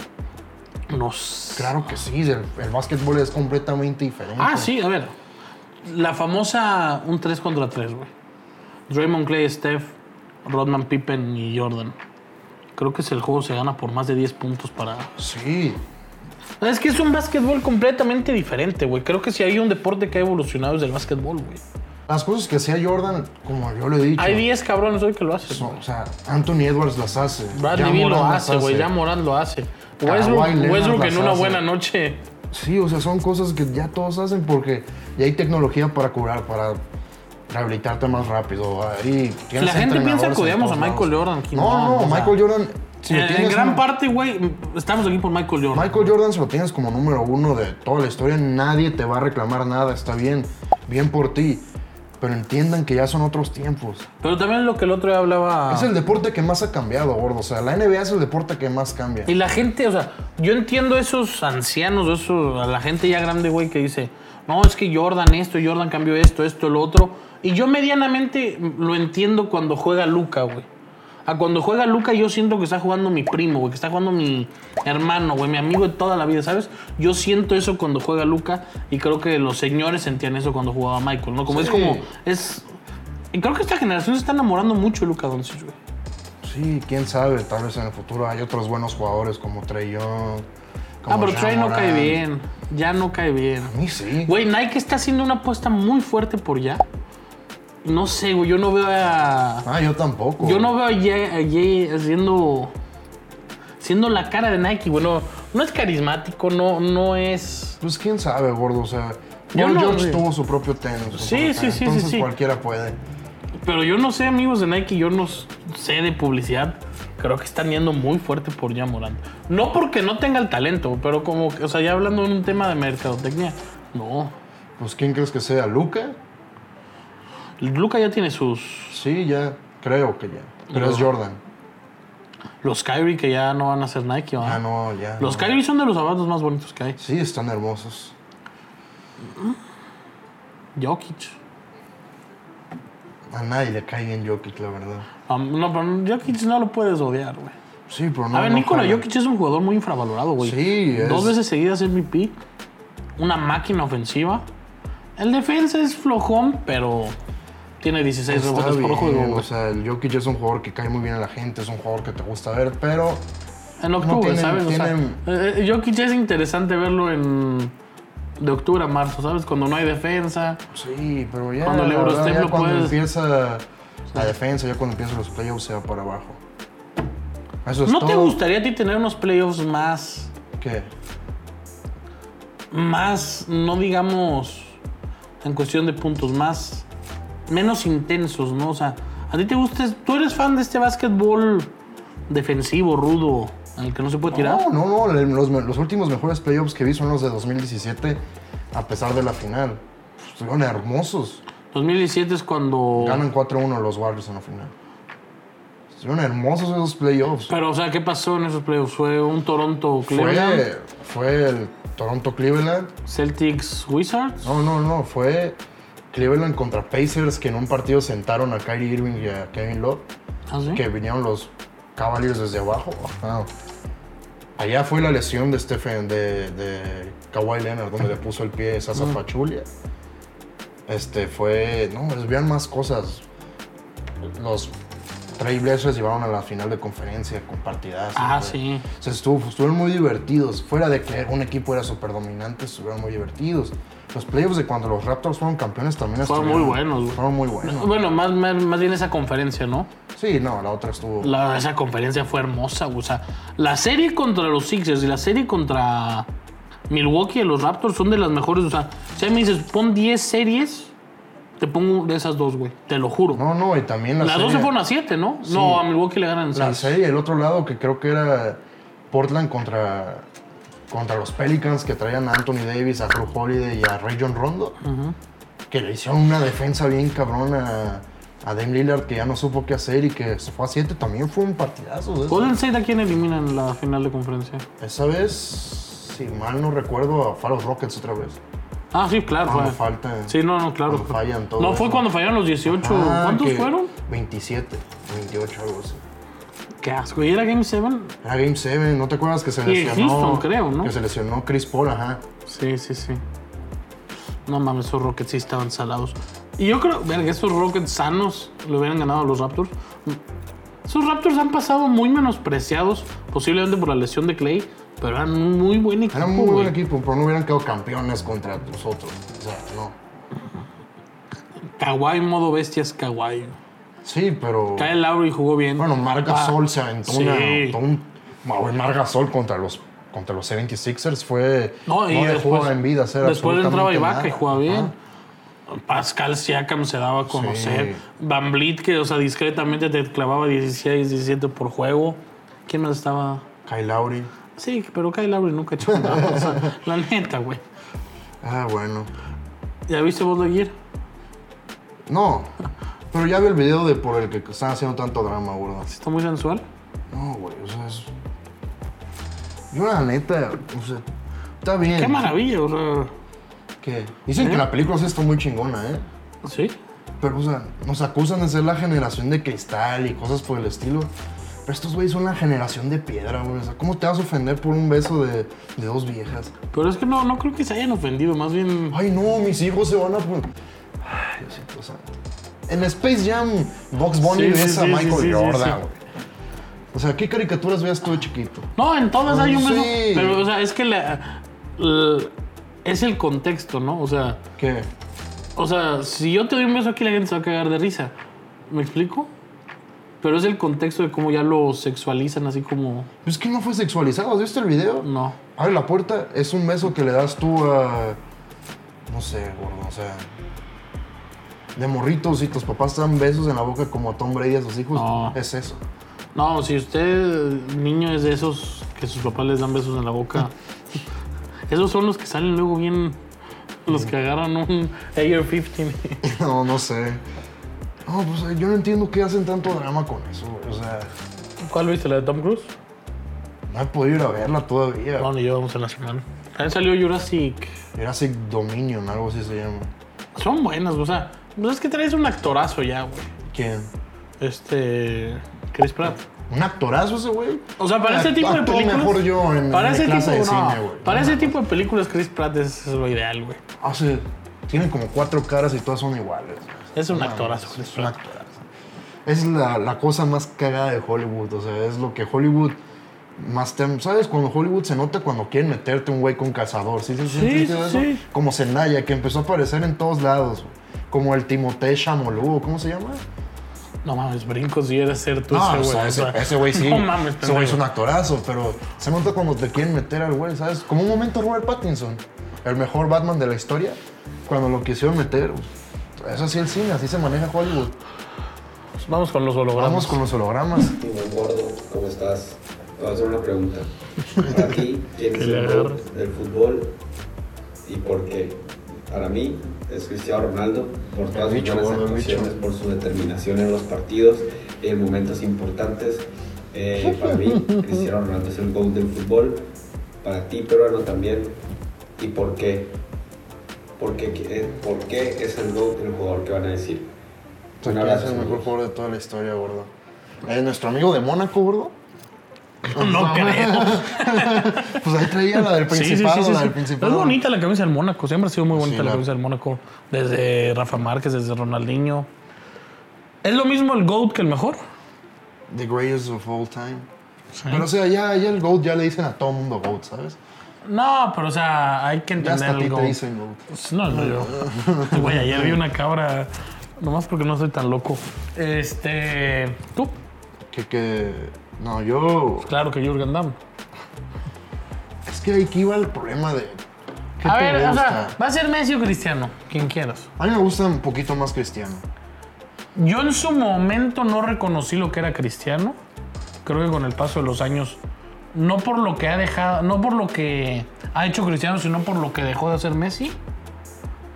[SPEAKER 2] No sé.
[SPEAKER 1] Claro que sí, el, el básquetbol es completamente diferente.
[SPEAKER 2] Ah, sí, a ver. La famosa un 3 contra 3, güey. Draymond Clay, Steph, Rodman Pippen y Jordan. Creo que es el juego se gana por más de 10 puntos para.
[SPEAKER 1] Sí,
[SPEAKER 2] Es que es un básquetbol completamente diferente, güey. Creo que si hay un deporte que ha evolucionado es el básquetbol, güey.
[SPEAKER 1] las cosas que hacía Jordan, como yo le he dicho,
[SPEAKER 2] Hay 10 cabrones hoy que lo hacen.
[SPEAKER 1] son- o sea, Anthony Edwards las hace.
[SPEAKER 2] Bradley
[SPEAKER 1] Ja
[SPEAKER 2] Beal lo
[SPEAKER 1] Morant las
[SPEAKER 2] hace, güey. Ya Morán lo hace. Westbrook,
[SPEAKER 1] Kawhi Leonard
[SPEAKER 2] Westbrook
[SPEAKER 1] las
[SPEAKER 2] en una
[SPEAKER 1] hace.
[SPEAKER 2] buena noche.
[SPEAKER 1] Sí, o sea, son cosas que ya todos hacen porque ya hay tecnología para curar, para rehabilitarte más rápido. Ahí tienes
[SPEAKER 2] La gente piensa
[SPEAKER 1] entrenadores
[SPEAKER 2] que
[SPEAKER 1] en
[SPEAKER 2] odiamos a
[SPEAKER 1] todos
[SPEAKER 2] Michael
[SPEAKER 1] lados.
[SPEAKER 2] Jordan, Kim
[SPEAKER 1] No, no,
[SPEAKER 2] Jordan, o sea,
[SPEAKER 1] Michael Jordan. si lo
[SPEAKER 2] en, en
[SPEAKER 1] tienes,
[SPEAKER 2] gran
[SPEAKER 1] no-
[SPEAKER 2] parte, güey, estamos aquí por Michael Jordan.
[SPEAKER 1] Michael Jordan, si lo tienes como número uno de toda la historia, nadie te va a reclamar nada, está bien, bien por ti. Pero entiendan que ya son otros tiempos.
[SPEAKER 2] Pero también es lo que el otro día hablaba.
[SPEAKER 1] Es el deporte que más ha cambiado, gordo. O sea, la NBA es el deporte que más cambia.
[SPEAKER 2] Y la gente, o sea, yo entiendo esos ancianos, esos, a la gente ya grande, güey, que dice, no, es que Jordan esto, Jordan cambió esto, esto, lo otro. Y yo medianamente lo entiendo cuando juega Luca, güey. A cuando juega Luca, yo siento que está jugando mi primo, güey, que está jugando mi hermano, güey, mi amigo de toda la vida, ¿sabes? Yo siento eso cuando juega Luca y creo que los señores sentían eso cuando jugaba Michael, ¿no? Como es
[SPEAKER 1] Sí.
[SPEAKER 2] como, es. Y creo que esta generación se está enamorando mucho de Luca Doncic, güey.
[SPEAKER 1] Sí, quién sabe. Tal vez en el futuro hay otros buenos jugadores como Trey Young.
[SPEAKER 2] Ah,
[SPEAKER 1] como
[SPEAKER 2] pero
[SPEAKER 1] Ja
[SPEAKER 2] Trey no
[SPEAKER 1] Morant.
[SPEAKER 2] cae bien. Ya no cae bien.
[SPEAKER 1] A mí sí.
[SPEAKER 2] Güey, Nike está haciendo una apuesta muy fuerte por ya. No sé, güey. Yo no veo a.
[SPEAKER 1] Ah, yo tampoco.
[SPEAKER 2] Yo no veo a Ye- a Ye haciendo. Siendo la cara de Nike, güey. No, no es carismático, no, no es.
[SPEAKER 1] Pues quién sabe, gordo. O sea,
[SPEAKER 2] Yo
[SPEAKER 1] Paul
[SPEAKER 2] no,
[SPEAKER 1] George
[SPEAKER 2] güey.
[SPEAKER 1] tuvo su propio tenis. su
[SPEAKER 2] Sí,
[SPEAKER 1] propio tenis,
[SPEAKER 2] sí, sí, sí,
[SPEAKER 1] Entonces
[SPEAKER 2] sí.
[SPEAKER 1] cualquiera puede.
[SPEAKER 2] Pero yo no sé, amigos de Nike, yo no s- sé de publicidad. Creo que están yendo muy fuerte por ya Morant. No porque no tenga el talento, pero como, que- o sea, ya hablando en un tema de mercadotecnia. No.
[SPEAKER 1] Pues quién crees que sea, Luca?
[SPEAKER 2] Luca ya tiene sus,
[SPEAKER 1] Sí, ya. Creo que ya. Pero
[SPEAKER 2] No.
[SPEAKER 1] es Jordan.
[SPEAKER 2] Los Kyrie que ya no van a ser Nike, ¿va?
[SPEAKER 1] Ah, no, ya.
[SPEAKER 2] Los
[SPEAKER 1] no.
[SPEAKER 2] Kyrie son de los zapatos más bonitos que hay.
[SPEAKER 1] Sí, están hermosos.
[SPEAKER 2] Jokic.
[SPEAKER 1] A nadie le cae bien Jokic, la verdad.
[SPEAKER 2] Am- no, pero Jokic no lo puedes odiar, güey.
[SPEAKER 1] Sí, pero no.
[SPEAKER 2] a ver,
[SPEAKER 1] no
[SPEAKER 2] Nikola
[SPEAKER 1] juega.
[SPEAKER 2] Jokic es un jugador muy infravalorado, güey.
[SPEAKER 1] Sí, es-
[SPEAKER 2] Dos veces seguidas MVP. Una máquina ofensiva. El defensa es flojón, pero tiene 16
[SPEAKER 1] Está
[SPEAKER 2] rebotes por
[SPEAKER 1] bien,
[SPEAKER 2] juego,
[SPEAKER 1] eh, O
[SPEAKER 2] güey.
[SPEAKER 1] sea, el Jokic es un jugador que cae muy bien a la gente, es un jugador que te gusta ver, pero
[SPEAKER 2] En octubre,
[SPEAKER 1] tienen-
[SPEAKER 2] ¿sabes?
[SPEAKER 1] tienen-
[SPEAKER 2] O sea, eh, eh, Jokic es interesante verlo en... De octubre a marzo, ¿sabes? Cuando no hay defensa.
[SPEAKER 1] sí, pero ya.
[SPEAKER 2] Cuando el
[SPEAKER 1] la verdad,
[SPEAKER 2] Eurostep
[SPEAKER 1] ya
[SPEAKER 2] lo
[SPEAKER 1] cuando
[SPEAKER 2] puedes-
[SPEAKER 1] empieza la defensa, ya cuando empiezan los playoffs se va para abajo. Eso es
[SPEAKER 2] ¿No te
[SPEAKER 1] Pues todo.
[SPEAKER 2] gustaría a ti tener unos playoffs más
[SPEAKER 1] ¿Qué?
[SPEAKER 2] más, no digamos, en cuestión de puntos, más, menos intensos, ¿no? O sea, a ti te gusta, tú eres fan de este básquetbol defensivo, rudo, en el que no se puede tirar.
[SPEAKER 1] No, no, no. le- Los, me- los últimos mejores playoffs que vi son los de 2017, a pesar de la final. Estuvieron hermosos.
[SPEAKER 2] 2017 es cuando...
[SPEAKER 1] Ganan 4-1 los Warriors en la final. Estuvieron hermosos esos playoffs.
[SPEAKER 2] Pero, o sea, ¿qué pasó en esos playoffs? ¿Fue un Toronto Cleveland?
[SPEAKER 1] Fue, fue el Toronto Cleveland.
[SPEAKER 2] ¿Celtics Wizards?
[SPEAKER 1] No, no, no. Fue Cleveland contra Pacers que en un partido sentaron a Kyrie Irving y a Kevin Love.
[SPEAKER 2] ¿Ah, sí?
[SPEAKER 1] Que vinieron los Cavaliers desde abajo. Ajá. Allá fue la lesión de Stephen, de, de Kawhi Leonard, donde le puso el pie Sasa Pachulia. Este fue. No, pues, vean más cosas. Los Trailblazers llevaron a la final de conferencia con partidas.
[SPEAKER 2] Ah,
[SPEAKER 1] ¿no?
[SPEAKER 2] sí.
[SPEAKER 1] O sea, estuvo- estuvieron muy divertidos. Fuera de que un equipo era súper dominante, estuvieron muy divertidos. Los playoffs de cuando los Raptors fueron campeones también
[SPEAKER 2] Fueron
[SPEAKER 1] estuvieron-
[SPEAKER 2] muy buenos, güey.
[SPEAKER 1] Fueron muy buenos.
[SPEAKER 2] Bueno, más, más, más bien esa conferencia, ¿no?
[SPEAKER 1] Sí, no, la otra estuvo.
[SPEAKER 2] La- esa conferencia fue hermosa, güey. o sea, la serie contra los Sixers y la serie contra Milwaukee y los Raptors son de las mejores, o sea, si me dices, pon 10 series, te pongo de esas dos, güey, te lo juro.
[SPEAKER 1] No, no, y también la
[SPEAKER 2] las
[SPEAKER 1] serie.
[SPEAKER 2] dos se fueron a 7, ¿no? No, a Milwaukee le ganan
[SPEAKER 1] La
[SPEAKER 2] 6.
[SPEAKER 1] serie, el otro lado que creo que era Portland contra, contra los Pelicans que traían a Anthony Davis, a Drew Holiday y a Ray John Rondo. Que le hicieron una defensa bien cabrona a Dame Lillard que ya no supo qué hacer y que se fue a 7. También fue un partidazo. de eso.
[SPEAKER 2] Golden State a quién eliminan en la final de conferencia.
[SPEAKER 1] Esa vez, si mal no recuerdo, a los Rockets otra vez.
[SPEAKER 2] Ah, sí, claro.
[SPEAKER 1] Cuando
[SPEAKER 2] fue.
[SPEAKER 1] falta.
[SPEAKER 2] Sí, no, no, claro.
[SPEAKER 1] cuando fallan todo
[SPEAKER 2] no fue
[SPEAKER 1] eso.
[SPEAKER 2] cuando fallaron los 18.
[SPEAKER 1] Ah,
[SPEAKER 2] ¿Cuántos
[SPEAKER 1] que
[SPEAKER 2] fueron?
[SPEAKER 1] 27, 28, algo así.
[SPEAKER 2] Qué asco. ¿Y era Game 7?
[SPEAKER 1] Era Ah, Game 7, ¿no te acuerdas que se
[SPEAKER 2] Y el
[SPEAKER 1] lesionó?
[SPEAKER 2] Houston, creo, ¿no?
[SPEAKER 1] Que se lesionó Chris Paul, ajá.
[SPEAKER 2] Sí, sí, sí. No mames, esos Rockets sí estaban salados. Y yo creo, verga, esos Rockets sanos le hubieran ganado a los Raptors. Esos Raptors han pasado muy menospreciados, posiblemente por la lesión de Clay, pero eran un muy buen equipo.
[SPEAKER 1] Era un muy buen
[SPEAKER 2] güey.
[SPEAKER 1] equipo, pero no hubieran quedado campeones contra nosotros. O sea, no.
[SPEAKER 2] Kawhi, modo bestias, Kawhi.
[SPEAKER 1] Sí, pero.
[SPEAKER 2] Kyle Lowry jugó bien.
[SPEAKER 1] Bueno, Marga
[SPEAKER 2] Ah,
[SPEAKER 1] Sol se aventó
[SPEAKER 2] sí.
[SPEAKER 1] una. Un, Mar- Marga Sol contra los, contra los 76ers fue.
[SPEAKER 2] No, y
[SPEAKER 1] le
[SPEAKER 2] después-
[SPEAKER 1] jugaba en vida hacer
[SPEAKER 2] Después entraba
[SPEAKER 1] absolutamente
[SPEAKER 2] Ibaka y
[SPEAKER 1] nada.
[SPEAKER 2] jugaba bien.
[SPEAKER 1] Ajá.
[SPEAKER 2] Pascal Siakam se daba a conocer. Van Vliet, que, o sea, discretamente te clavaba 16, 17 por juego. ¿Quién más estaba?
[SPEAKER 1] Kyle Lowry.
[SPEAKER 2] Sí, pero Kyle Lowry nunca echó nada. o sea, la neta, güey.
[SPEAKER 1] Ah, bueno.
[SPEAKER 2] ¿Ya viste vos la
[SPEAKER 1] No. Pero ya vi el video de por el que están haciendo tanto drama, gordo.
[SPEAKER 2] Está muy sensual.
[SPEAKER 1] No, güey, o sea, es... Yo la neta, o sea, está bien.
[SPEAKER 2] Qué maravilla, o sea.
[SPEAKER 1] Que dicen
[SPEAKER 2] ¿Eh?
[SPEAKER 1] que la película sí está muy chingona, ¿eh?
[SPEAKER 2] Sí.
[SPEAKER 1] Pero, o sea, nos acusan de ser la generación de cristal y cosas por el estilo. Pero estos güeyes son la generación de piedra, güey. O sea, ¿cómo te vas a ofender por un beso de, de dos viejas?
[SPEAKER 2] Pero es que no, no creo que se hayan ofendido, más bien.
[SPEAKER 1] Ay, no, mis hijos se van a... pon- Ay, Diosito santo. En Space Jam, Box Bunny
[SPEAKER 2] Sí, sí,
[SPEAKER 1] besa a
[SPEAKER 2] sí,
[SPEAKER 1] Michael
[SPEAKER 2] sí, sí,
[SPEAKER 1] Jordan,
[SPEAKER 2] sí.
[SPEAKER 1] güey. O sea, ¿qué caricaturas veas tú de chiquito?
[SPEAKER 2] No, en todas hay un
[SPEAKER 1] Sí.
[SPEAKER 2] beso. Pero, o sea, es que la- la- es el contexto, ¿no? O sea,
[SPEAKER 1] ¿Qué?
[SPEAKER 2] o sea, si yo te doy un beso aquí, la gente se va a cagar de risa. ¿Me explico? Pero es el contexto de cómo ya lo sexualizan, así como.
[SPEAKER 1] Es que no fue sexualizado, ¿has visto el video?
[SPEAKER 2] No.
[SPEAKER 1] Abre la puerta, es un beso que le das tú a. No sé, gordo, o sea. De morritos, y tus papás te dan besos en la boca como a Tom Brady a sus hijos,
[SPEAKER 2] No.
[SPEAKER 1] es eso.
[SPEAKER 2] No, si usted, niño, es de esos que sus papás les dan besos en la boca. esos son los que salen luego bien. Los que agarran un Air 15.
[SPEAKER 1] No, no sé. No, pues yo no entiendo qué hacen tanto drama con eso, o sea.
[SPEAKER 2] ¿Cuál viste? ¿La de Tom Cruise?
[SPEAKER 1] No he podido ir a verla todavía.
[SPEAKER 2] No, ni llevamos en la semana. También salió Jurassic.
[SPEAKER 1] Jurassic Dominion, algo así se llama.
[SPEAKER 2] Son buenas, o sea. pues es que traes un actorazo ya, güey.
[SPEAKER 1] ¿Quién?
[SPEAKER 2] Este. Chris Pratt.
[SPEAKER 1] ¿Un actorazo ese güey?
[SPEAKER 2] O sea, para ese
[SPEAKER 1] Act-
[SPEAKER 2] tipo de
[SPEAKER 1] actúo
[SPEAKER 2] películas.
[SPEAKER 1] mejor yo en
[SPEAKER 2] para
[SPEAKER 1] mi
[SPEAKER 2] ese
[SPEAKER 1] clase
[SPEAKER 2] tipo,
[SPEAKER 1] de
[SPEAKER 2] no,
[SPEAKER 1] cine, güey.
[SPEAKER 2] Para
[SPEAKER 1] No
[SPEAKER 2] ese
[SPEAKER 1] mames.
[SPEAKER 2] tipo de películas, Chris Pratt es, es lo ideal, güey.
[SPEAKER 1] Hace. Tienen como cuatro caras y todas son iguales.
[SPEAKER 2] Es un
[SPEAKER 1] No,
[SPEAKER 2] actorazo,
[SPEAKER 1] es-
[SPEAKER 2] Chris
[SPEAKER 1] Es un
[SPEAKER 2] Pratt.
[SPEAKER 1] actorazo. Es la, la cosa más cagada de Hollywood. O sea, es lo que Hollywood más tem- ¿Sabes? Cuando Hollywood se nota cuando quieren meterte un güey con cazador. ¿Sí, sí, sí,
[SPEAKER 2] Sí,
[SPEAKER 1] sí, sí,
[SPEAKER 2] sí.
[SPEAKER 1] eso? Como Zendaya, que empezó a aparecer en todos lados. güey. Como el Timothée Chamolú, ¿cómo se llama?
[SPEAKER 2] No mames, brincos si era ser tú
[SPEAKER 1] No, o
[SPEAKER 2] ese güey.
[SPEAKER 1] sea,
[SPEAKER 2] o
[SPEAKER 1] ese,
[SPEAKER 2] sea,
[SPEAKER 1] ese güey sí.
[SPEAKER 2] No mames,
[SPEAKER 1] ese güey es
[SPEAKER 2] pendejo.
[SPEAKER 1] un actorazo, pero se nota cuando te quieren meter al güey, ¿sabes? Como un momento Robert Pattinson, el mejor Batman de la historia, cuando lo quisieron meter. pues, Eso sí el cine, así se maneja Hollywood.
[SPEAKER 2] Vamos con los hologramas.
[SPEAKER 1] Vamos con los hologramas.
[SPEAKER 3] Timón Gordo, ¿cómo estás? Te voy a hacer una pregunta. Para ti, ¿quién es
[SPEAKER 2] le
[SPEAKER 3] el GOAT
[SPEAKER 2] agarre.
[SPEAKER 3] del fútbol y por qué? Para mí es Cristiano Ronaldo por todas sus
[SPEAKER 1] bicho,
[SPEAKER 3] buenas
[SPEAKER 1] gordo, el bicho.
[SPEAKER 3] actuaciones, por su determinación en los partidos y en momentos importantes. Eh, para mí, Cristiano Ronaldo es el GOAT del fútbol. Para ti, peruano, también. ¿Y por qué? ¿Por qué, eh, por qué es el GOAT el jugador que van a decir?
[SPEAKER 1] Te es el mejor
[SPEAKER 3] amigos.
[SPEAKER 1] jugador de toda la historia, gordo. Eh, Nuestro amigo de Mónaco, gordo.
[SPEAKER 2] No creo.
[SPEAKER 1] Pues ahí traía la del
[SPEAKER 2] Sí, sí, sí,
[SPEAKER 1] Principado,
[SPEAKER 2] sí,
[SPEAKER 1] la
[SPEAKER 2] sí.
[SPEAKER 1] del Principado.
[SPEAKER 2] Es bonita la camisa del Mónaco, siempre ha sido muy bonita
[SPEAKER 1] Sí,
[SPEAKER 2] la
[SPEAKER 1] la-
[SPEAKER 2] camisa del Mónaco. Desde Rafa Márquez, desde Ronaldinho. ¿Es lo mismo el GOAT que el mejor?
[SPEAKER 1] The greatest of all time. Pero o sea, ya, ya el GOAT ya le dicen a todo mundo GOAT, ¿sabes?
[SPEAKER 2] No, pero o sea, hay que
[SPEAKER 1] Ya hasta
[SPEAKER 2] entender
[SPEAKER 1] a ti
[SPEAKER 2] el
[SPEAKER 1] te
[SPEAKER 2] GOAT.
[SPEAKER 1] dicen GOAT.
[SPEAKER 2] No, no, yo. Güey, ayer vi una cabra. Nomás porque no soy tan loco. Este. Tú,
[SPEAKER 1] Que, que... No, yo...
[SPEAKER 2] claro que Jürgen Damm.
[SPEAKER 1] Es que aquí va el problema de. ¿qué
[SPEAKER 2] A
[SPEAKER 1] te
[SPEAKER 2] ver, o sea,
[SPEAKER 1] gusta?
[SPEAKER 2] va a ser Messi o Cristiano, quien quieras.
[SPEAKER 1] A mí me gusta un poquito más cristiano.
[SPEAKER 2] Yo en su momento no reconocí lo que era cristiano. Creo que con el paso de los años, no por lo que ha dejado, no por lo que ha hecho Cristiano, sino por lo que dejó de hacer Messi.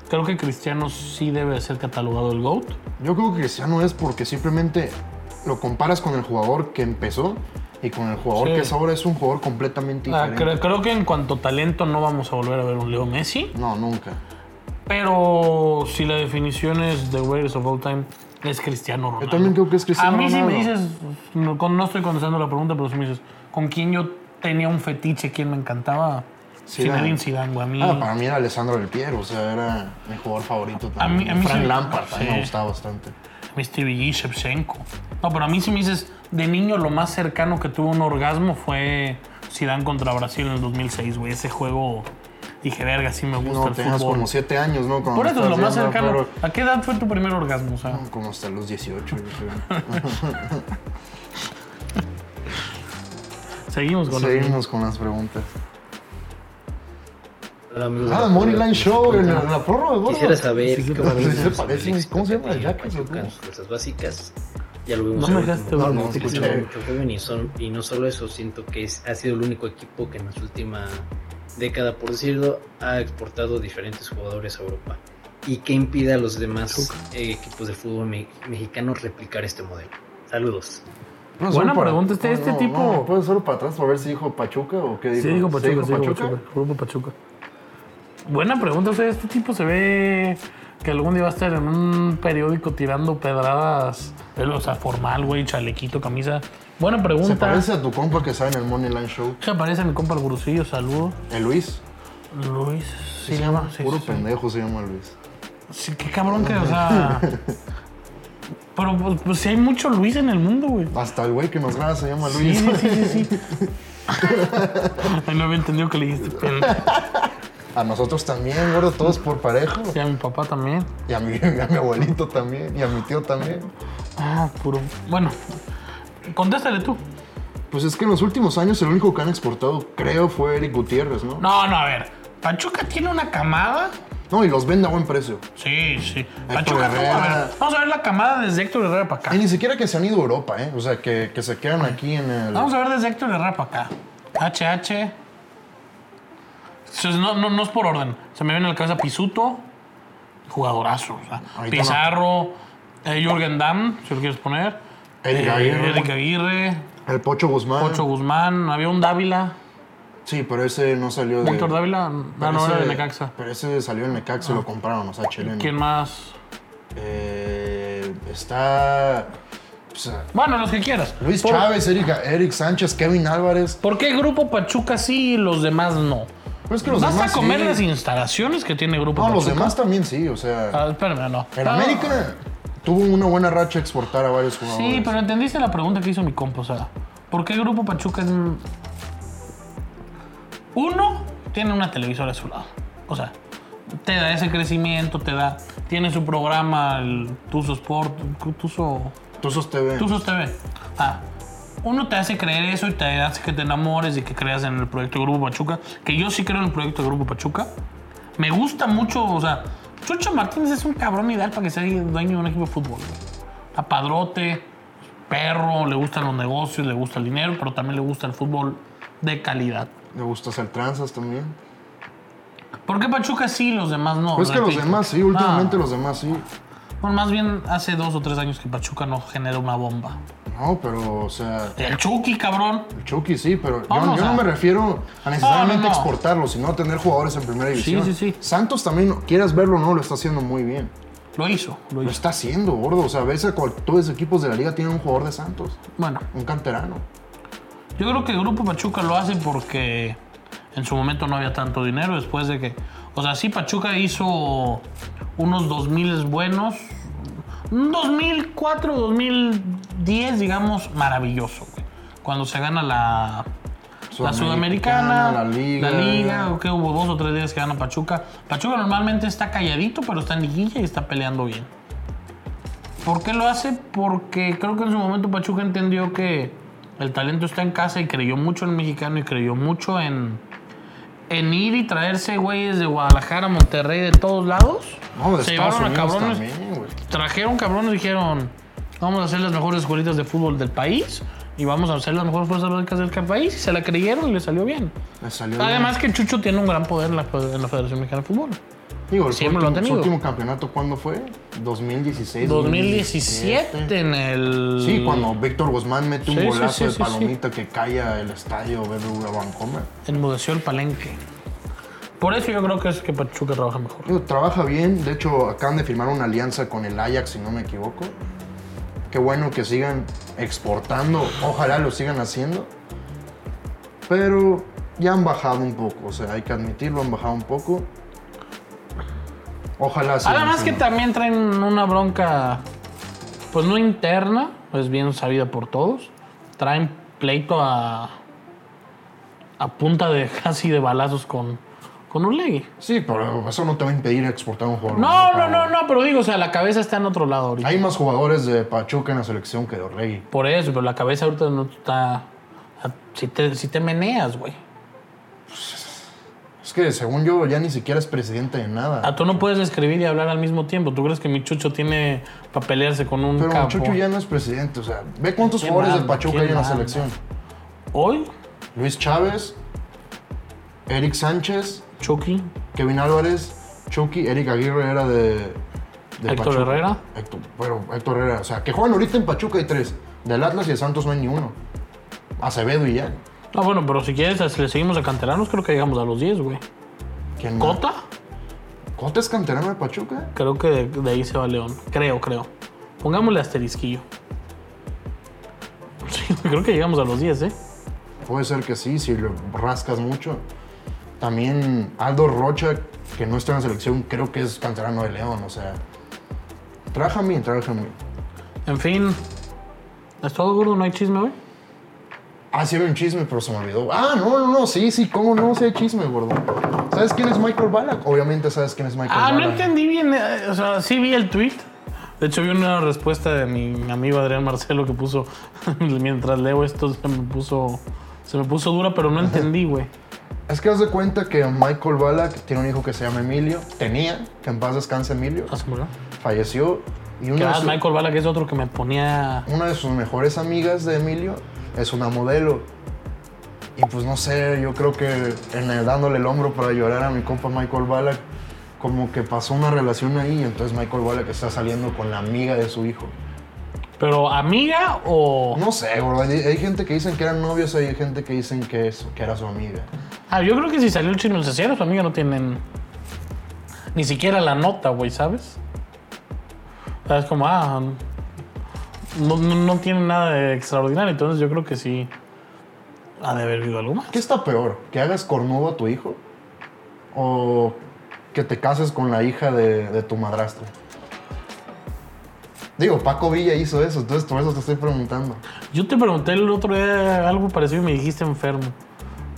[SPEAKER 2] Creo que Cristiano sí debe ser catalogado el GOAT.
[SPEAKER 1] Yo creo que cristiano es porque simplemente lo comparas con el jugador que empezó y con el jugador
[SPEAKER 2] Sí.
[SPEAKER 1] que es ahora es un jugador completamente
[SPEAKER 2] Ah,
[SPEAKER 1] diferente.
[SPEAKER 2] creo, creo que en cuanto a talento no vamos a volver a ver un Leo Messi.
[SPEAKER 1] No, nunca.
[SPEAKER 2] Pero si la definición es The Greatest of All Time, es Cristiano Ronaldo.
[SPEAKER 1] Yo también creo que es
[SPEAKER 2] A
[SPEAKER 1] cristiano.
[SPEAKER 2] mí si me
[SPEAKER 1] Ronaldo.
[SPEAKER 2] dices, no, con- no estoy contestando la pregunta, pero si me dices, ¿con quién yo tenía un fetiche, quién me encantaba?
[SPEAKER 1] Zidane.
[SPEAKER 2] Zinedine Zidane, güey. A mí,
[SPEAKER 1] Ah, para mí era Alessandro Del Piero, o sea, era mi jugador favorito
[SPEAKER 2] Mm. A mí-
[SPEAKER 1] también.
[SPEAKER 2] a mí
[SPEAKER 1] Frank
[SPEAKER 2] sí-
[SPEAKER 1] Lampard también
[SPEAKER 2] sí.
[SPEAKER 1] me gustaba bastante.
[SPEAKER 2] a mí Stevie G, Shevchenko. No, pero a mí si me dices, de niño lo más cercano que tuvo un orgasmo fue Zidane contra Brasil en el 2006, güey. Ese juego, dije, verga, sí me gusta
[SPEAKER 1] No,
[SPEAKER 2] el
[SPEAKER 1] tenías
[SPEAKER 2] fútbol.
[SPEAKER 1] como 7 años, ¿no? Cuando
[SPEAKER 2] Por eso es lo
[SPEAKER 1] estás
[SPEAKER 2] más
[SPEAKER 1] viendo,
[SPEAKER 2] cercano.
[SPEAKER 1] pero-
[SPEAKER 2] ¿A qué edad fue tu primer orgasmo? O sea,
[SPEAKER 1] Como hasta los 18, yo creo.
[SPEAKER 2] seguimos con eso.
[SPEAKER 1] Seguimos con las preguntas.
[SPEAKER 4] Hola, amigos de
[SPEAKER 1] Ah,
[SPEAKER 4] la
[SPEAKER 1] Moneyline
[SPEAKER 4] Prórroga.
[SPEAKER 1] Show, en la, la prórroga, gordo.
[SPEAKER 4] Quisiera saber
[SPEAKER 2] Sí, sí,
[SPEAKER 4] qué
[SPEAKER 2] sí,
[SPEAKER 4] opinan
[SPEAKER 1] sí,
[SPEAKER 4] sobre
[SPEAKER 1] parece-
[SPEAKER 4] el éxito
[SPEAKER 1] ¿cómo se llama?
[SPEAKER 4] que ha tenido
[SPEAKER 1] ¿Jackass o
[SPEAKER 4] Pachuca en
[SPEAKER 1] cómo?
[SPEAKER 4] sus fuerzas básicas. Ya lo vimos.
[SPEAKER 2] No me
[SPEAKER 4] en el
[SPEAKER 2] dejaste
[SPEAKER 4] último
[SPEAKER 2] ver,
[SPEAKER 1] no,
[SPEAKER 4] partido,
[SPEAKER 1] te
[SPEAKER 4] que
[SPEAKER 1] escuché.
[SPEAKER 4] tuvo mucho joven y, son- y no solo eso, siento que es- ha sido el único equipo que en su última década, por decirlo, ha exportado diferentes jugadores a Europa. y que impida a los demás eh, equipos de fútbol me- mexicanos replicar este modelo. Saludos.
[SPEAKER 1] No,
[SPEAKER 2] Buena
[SPEAKER 1] solo para-
[SPEAKER 2] pregunta, este-
[SPEAKER 1] no,
[SPEAKER 2] este
[SPEAKER 1] no,
[SPEAKER 2] tipo-
[SPEAKER 1] no, ¿Puedes solo para atrás para ver si dijo Pachuca o qué dijo?
[SPEAKER 2] Sí, dijo Pachuca,
[SPEAKER 1] dijo
[SPEAKER 2] sí, dijo Pachuca, Grupo Pachuca. Buena pregunta, o sea, este tipo se ve que algún día va a estar en un periódico tirando pedradas, pero, o sea, formal, güey, chalequito, camisa. Buena
[SPEAKER 1] Se
[SPEAKER 2] pregunta.
[SPEAKER 1] parece a tu compa que sale en el Moneyline Show,
[SPEAKER 2] Se aparece mi compa el gurusillo, saludo.
[SPEAKER 1] el Luis.
[SPEAKER 2] Luis, sí,
[SPEAKER 1] se
[SPEAKER 2] se
[SPEAKER 1] llama?
[SPEAKER 2] llama. Sí,
[SPEAKER 1] Puro
[SPEAKER 2] sí, sí.
[SPEAKER 1] pendejo se llama Luis.
[SPEAKER 2] Sí, qué cabrón que, o sea. Pero pues, pues, sí hay mucho Luis en el mundo, güey.
[SPEAKER 1] Hasta el güey que nos graba se llama
[SPEAKER 2] Sí,
[SPEAKER 1] Luis.
[SPEAKER 2] sí, sí, sí. sí. Ay, no había entendido que le dijiste pendejo.
[SPEAKER 1] A nosotros también, gordo, todos por parejo.
[SPEAKER 2] Y a mi papá también.
[SPEAKER 1] Y a mi, y a mi abuelito también, y a mi tío también.
[SPEAKER 2] Ah, puro. Bueno, contéstale tú.
[SPEAKER 1] Pues es que en los últimos años el único que han exportado, creo, fue Eric Gutiérrez, ¿no? No,
[SPEAKER 2] No, no, a ver. Pachuca tiene una camada.
[SPEAKER 1] y los vende a buen precio.
[SPEAKER 2] Sí, sí. Pachuca tuvo, a
[SPEAKER 1] Herrera.
[SPEAKER 2] ver. Vamos a ver la camada desde Héctor Herrera para
[SPEAKER 1] Y
[SPEAKER 2] acá.
[SPEAKER 1] ni siquiera que se han ido a Europa, ¿eh? O sea, que, que se quedan aquí en el...
[SPEAKER 2] Vamos a ver desde Héctor Herrera para acá. HH. Entonces, No, no, no es por orden. Se me viene a la cabeza Pisuto. Jugadorazo. o sea,
[SPEAKER 1] Ahorita no.
[SPEAKER 2] Pizarro. eh, Jürgen Damm, si lo quieres poner.
[SPEAKER 1] Eric
[SPEAKER 2] Eh,
[SPEAKER 1] Aguirre.
[SPEAKER 2] Eric Aguirre.
[SPEAKER 1] El Pocho Guzmán.
[SPEAKER 2] Pocho Guzmán. Había un Dávila.
[SPEAKER 1] Sí, pero ese no salió de...
[SPEAKER 2] Víctor Dávila. No, no, era de Necaxa. Ah.
[SPEAKER 1] Pero ese salió en Necaxa, lo compraron, o sea, chileno.
[SPEAKER 2] ¿Quién más?
[SPEAKER 1] Eh, está... o sea,
[SPEAKER 2] Bueno, los que quieras.
[SPEAKER 1] Luis
[SPEAKER 2] ¿Por,
[SPEAKER 1] Chávez, Eric, Eric Sánchez, Kevin Álvarez.
[SPEAKER 2] ¿Por qué Grupo Pachuca sí y los demás no?
[SPEAKER 1] Pero es que los
[SPEAKER 2] Vas
[SPEAKER 1] demás
[SPEAKER 2] a comer
[SPEAKER 1] sí.
[SPEAKER 2] las instalaciones que tiene Grupo
[SPEAKER 1] No,
[SPEAKER 2] Pachuca.
[SPEAKER 1] los demás también sí, o sea...
[SPEAKER 2] Ah, espérame, no.
[SPEAKER 1] En
[SPEAKER 2] No,
[SPEAKER 1] América tuvo una buena racha exportar a varios jugadores.
[SPEAKER 2] Ah. Sí, pero entendiste la pregunta que hizo mi compa. O sea, ¿por qué Grupo Pachuca es. un- Uno, tiene una televisora a su lado. O sea, te da ese crecimiento, te da. Tiene su programa, el Tuzo Sport, Tuzo.
[SPEAKER 1] Tú sos TV.
[SPEAKER 2] Tú sos TV. Ah, uno te hace creer eso y te hace que te enamores y que creas en el proyecto Grupo Pachuca, que yo sí creo en el proyecto Grupo Pachuca. Me gusta mucho, o sea, Chucho Martínez es un cabrón ideal para que sea dueño de un equipo de fútbol. güey. A padrote, perro, le gustan los negocios, le gusta el dinero, pero también le gusta el fútbol de calidad.
[SPEAKER 1] Me gusta hacer tranzas también.
[SPEAKER 2] ¿Por qué Pachuca sí y los demás no?
[SPEAKER 1] Pues es que los
[SPEAKER 2] Repito.
[SPEAKER 1] demás sí, últimamente
[SPEAKER 2] No.
[SPEAKER 1] los demás sí.
[SPEAKER 2] Bueno, más bien hace dos o tres años que Pachuca no genera una bomba.
[SPEAKER 1] No, pero, o sea,
[SPEAKER 2] El Chucky, cabrón.
[SPEAKER 1] el Chucky sí, pero yo-
[SPEAKER 2] Vamos
[SPEAKER 1] yo,
[SPEAKER 2] a- Ah,
[SPEAKER 1] no me refiero a necesariamente
[SPEAKER 2] No, no, no.
[SPEAKER 1] exportarlo, sino a tener jugadores en primera división.
[SPEAKER 2] sí, sí.
[SPEAKER 1] Santos también, quieras verlo o no, lo está haciendo muy bien.
[SPEAKER 2] Lo hizo, lo
[SPEAKER 1] Lo
[SPEAKER 2] hizo.
[SPEAKER 1] está haciendo, gordo. O sea, a veces cual- todos los equipos de la liga tienen un jugador de Santos,
[SPEAKER 2] Bueno,
[SPEAKER 1] un canterano.
[SPEAKER 2] Yo creo que el Grupo Pachuca lo hace porque en su momento no había tanto dinero después de que... O sea, sí, Pachuca hizo unos 2000 buenos. Un 2004, 2010, digamos, maravilloso. güey. Cuando se gana la, la Sudamericana,
[SPEAKER 1] la Liga.
[SPEAKER 2] la Liga, o que hubo dos o tres días que gana Pachuca. Pachuca normalmente está calladito, pero está en liguilla y está peleando bien. ¿Por qué lo hace? Porque creo que en su momento Pachuca entendió que el talento está en casa y creyó mucho en el mexicano y creyó mucho en, en ir y traerse güeyes de Guadalajara, Monterrey, de todos lados.
[SPEAKER 1] No, de
[SPEAKER 2] Se
[SPEAKER 1] Estados
[SPEAKER 2] llevaron a
[SPEAKER 1] Unidos
[SPEAKER 2] cabrones.
[SPEAKER 1] también, güey.
[SPEAKER 2] Trajeron cabrones y dijeron, vamos a hacer las mejores escuelitas de fútbol del país y vamos a hacer las mejores fuerzas básicas del país. Y se la creyeron y le salió bien.
[SPEAKER 1] Le salió
[SPEAKER 2] Además que Chucho tiene un gran poder en la, en la Federación Mexicana de Fútbol.
[SPEAKER 1] bien. Digo, el
[SPEAKER 2] siempre
[SPEAKER 1] último-
[SPEAKER 2] lo han tenido.
[SPEAKER 1] Su último campeonato, ¿cuándo fue? 2016.
[SPEAKER 2] 2017 en el...
[SPEAKER 1] Sí, cuando Víctor Guzmán mete un
[SPEAKER 2] Sí, sí,
[SPEAKER 1] golazo
[SPEAKER 2] sí,
[SPEAKER 1] de
[SPEAKER 2] sí,
[SPEAKER 1] palomita que calla el estadio BBVA Bancomer.
[SPEAKER 2] Enmudeció el palenque. Por eso yo creo que es que Pachuca trabaja mejor.
[SPEAKER 1] Digo, Trabaja bien, de hecho acaban de firmar una alianza con el Ajax, si no me equivoco. Qué bueno que sigan exportando, ojalá lo sigan haciendo. Pero ya han bajado un poco, o sea, hay que admitirlo, han bajado un poco. Ojalá sigan
[SPEAKER 2] Además que
[SPEAKER 1] haciendo.
[SPEAKER 2] también traen una bronca, pues no interna, pues bien sabida por todos. Traen pleito a, a punta de casi de balazos con, con Orlegui.
[SPEAKER 1] Sí, pero eso no te va a impedir exportar un jugador.
[SPEAKER 2] No, no,
[SPEAKER 1] Para-
[SPEAKER 2] no, no, pero digo, o sea, la cabeza está en otro lado ahorita.
[SPEAKER 1] Hay más jugadores de Pachuca en la selección que de Orlegui.
[SPEAKER 2] Por eso, pero la cabeza ahorita no está... Si te, si te meneas, güey.
[SPEAKER 1] Es que según yo ya ni siquiera es presidente de nada.
[SPEAKER 2] Ah, tú no puedes escribir y hablar al mismo tiempo. ¿Tú crees que mi chucho tiene para pelearse con un
[SPEAKER 1] Pero
[SPEAKER 2] capo?
[SPEAKER 1] Chucho ya no es presidente. O sea, ve cuántos
[SPEAKER 2] ¿Quién
[SPEAKER 1] jugadores de
[SPEAKER 2] manda?
[SPEAKER 1] Pachuca
[SPEAKER 2] ¿Quién
[SPEAKER 1] hay en la
[SPEAKER 2] manda?
[SPEAKER 1] selección.
[SPEAKER 2] Hoy,
[SPEAKER 1] Luis Chávez, Eric Sánchez,
[SPEAKER 2] Chucky,
[SPEAKER 1] Kevin Álvarez, Chucky, Eric Aguirre era de. de
[SPEAKER 2] Héctor Herrera.
[SPEAKER 1] Héctor, pero Héctor Herrera. O sea, que juegan ahorita en Pachuca hay tres. Del Atlas y de Santos no hay ni uno. Acevedo y ya.
[SPEAKER 2] No, bueno, pero si quieres, si le seguimos a canteranos, creo que llegamos a los 10, güey.
[SPEAKER 1] ¿Quién más?
[SPEAKER 2] ¿Cota?
[SPEAKER 1] ¿Cota es canterano de Pachuca?
[SPEAKER 2] Creo que de, de ahí se va León. Creo, creo. Pongámosle asterisquillo. Sí, creo que llegamos a los 10, ¿eh?
[SPEAKER 1] Puede ser que sí, si lo rascas mucho. También Aldo Rocha, que no está en la selección, creo que es canterano de León, o sea. Trájame, trájame.
[SPEAKER 2] En fin. ¿Es todo gordo? ¿No hay chisme, güey?
[SPEAKER 1] Ah, sí había un chisme, pero se me olvidó. Ah, no, no, no, sí, sí, cómo no, sí hay chisme, gordo. ¿Sabes quién es Michael Ballack? Obviamente sabes quién es Michael
[SPEAKER 2] Ah, no
[SPEAKER 1] Ballack.
[SPEAKER 2] entendí bien. eh, O sea, sí vi el tweet. De hecho, vi una respuesta de mi amigo Adrián Marcelo que puso. mientras leo esto, se me puso. Se me puso dura, pero no entendí, güey.
[SPEAKER 1] Es que haz de cuenta que Michael Ballack tiene un hijo que se llama Emilio. Tenía, que en paz descanse Emilio.
[SPEAKER 2] Ah, se murió.
[SPEAKER 1] Falleció. Y
[SPEAKER 2] Que,
[SPEAKER 1] uno de
[SPEAKER 2] ah,
[SPEAKER 1] su-
[SPEAKER 2] Michael Bala, que es otro que me ponía.
[SPEAKER 1] una de sus mejores amigas de Emilio es una modelo. Y pues no sé, yo creo que en el dándole el hombro para llorar a mi compa Michael Ballack, como que pasó una relación ahí, y entonces Michael Ballack está saliendo con la amiga de su hijo.
[SPEAKER 2] Pero, ¿amiga o.?
[SPEAKER 1] No sé, bro, hay, hay gente que dicen que eran novios, hay gente que dicen que, es- que era su amiga.
[SPEAKER 2] Ah, yo creo que si salió el chino el cesero, su amiga no tienen. Ni siquiera la nota, güey, ¿sabes? O sea, es como, ah. No, no, no tiene nada de extraordinario, entonces yo creo que sí. Ha de haber habido algo más.
[SPEAKER 1] ¿Qué está peor? ¿Que hagas cornudo a tu hijo? ¿O que te cases con la hija de, de tu madrastro? Digo, Paco Villa hizo eso, entonces por eso te estoy preguntando.
[SPEAKER 2] Yo te pregunté el otro día algo parecido y me dijiste enfermo.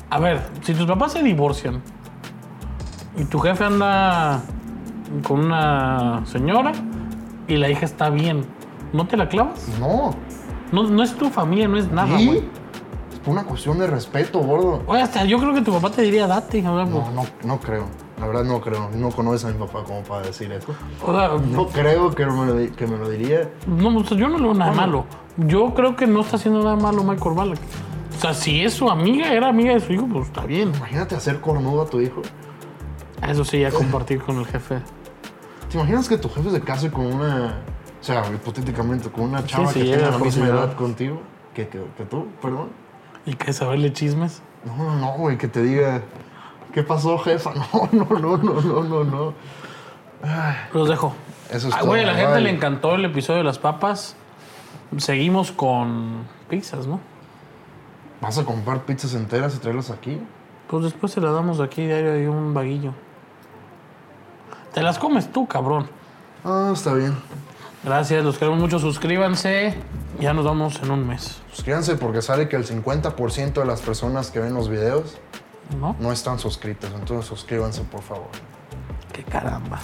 [SPEAKER 2] A ver, si tus papás se divorcian y tu jefe anda con una señora y la hija está bien, ¿no te la clavas?
[SPEAKER 1] No,
[SPEAKER 2] No, no es tu familia, no es nada,
[SPEAKER 1] ¿Y?
[SPEAKER 2] Ah, güey.
[SPEAKER 1] Es por una cuestión de respeto, gordo.
[SPEAKER 2] Oye, hasta yo creo que tu papá te diría date. o sea,
[SPEAKER 1] No, no, no creo. La verdad no creo. No conoces a mi papá como para decir eso.
[SPEAKER 2] o sea,
[SPEAKER 1] No creo que me lo, di- que me lo diría.
[SPEAKER 2] no, o sea, yo no le veo nada malo. Yo creo que no está haciendo nada malo Michael Ballack. O sea, si es su amiga, era amiga de su hijo, pues está bien.
[SPEAKER 1] Imagínate hacer cornudo a tu hijo.
[SPEAKER 2] Eso sí, ya compartir con el jefe.
[SPEAKER 1] ¿Te imaginas que tu jefe se case con una... O sea, hipotéticamente, con una chava
[SPEAKER 2] sí,
[SPEAKER 1] que
[SPEAKER 2] llega
[SPEAKER 1] tenga
[SPEAKER 2] a
[SPEAKER 1] la
[SPEAKER 2] la misma
[SPEAKER 1] misma edad,
[SPEAKER 2] edad.
[SPEAKER 1] contigo? Que, que, que tú, perdón.
[SPEAKER 2] ¿Y qué saberle chismes?
[SPEAKER 1] No, no, no, güey, que te diga... ¿Qué pasó, jefa? No, no, no, no, no, no, no.
[SPEAKER 2] Los dejo.
[SPEAKER 1] Eso es
[SPEAKER 2] Ah,
[SPEAKER 1] todo,
[SPEAKER 2] güey, a la
[SPEAKER 1] bye.
[SPEAKER 2] gente le encantó el episodio de las papas. Seguimos con pizzas, ¿no?
[SPEAKER 1] ¿Vas a comprar pizzas enteras y traerlas aquí?
[SPEAKER 2] Pues después se las damos aquí, diario hay un vaguillo. Te las comes tú, cabrón.
[SPEAKER 1] Ah, está bien.
[SPEAKER 2] Gracias, los queremos mucho. Suscríbanse. Ya nos vamos en un mes,
[SPEAKER 1] Suscríbanse pues porque sale que el 50% de las personas que ven los videos
[SPEAKER 2] ¿no?
[SPEAKER 1] no están suscritas. Entonces suscríbanse, por favor.
[SPEAKER 2] Qué caramba.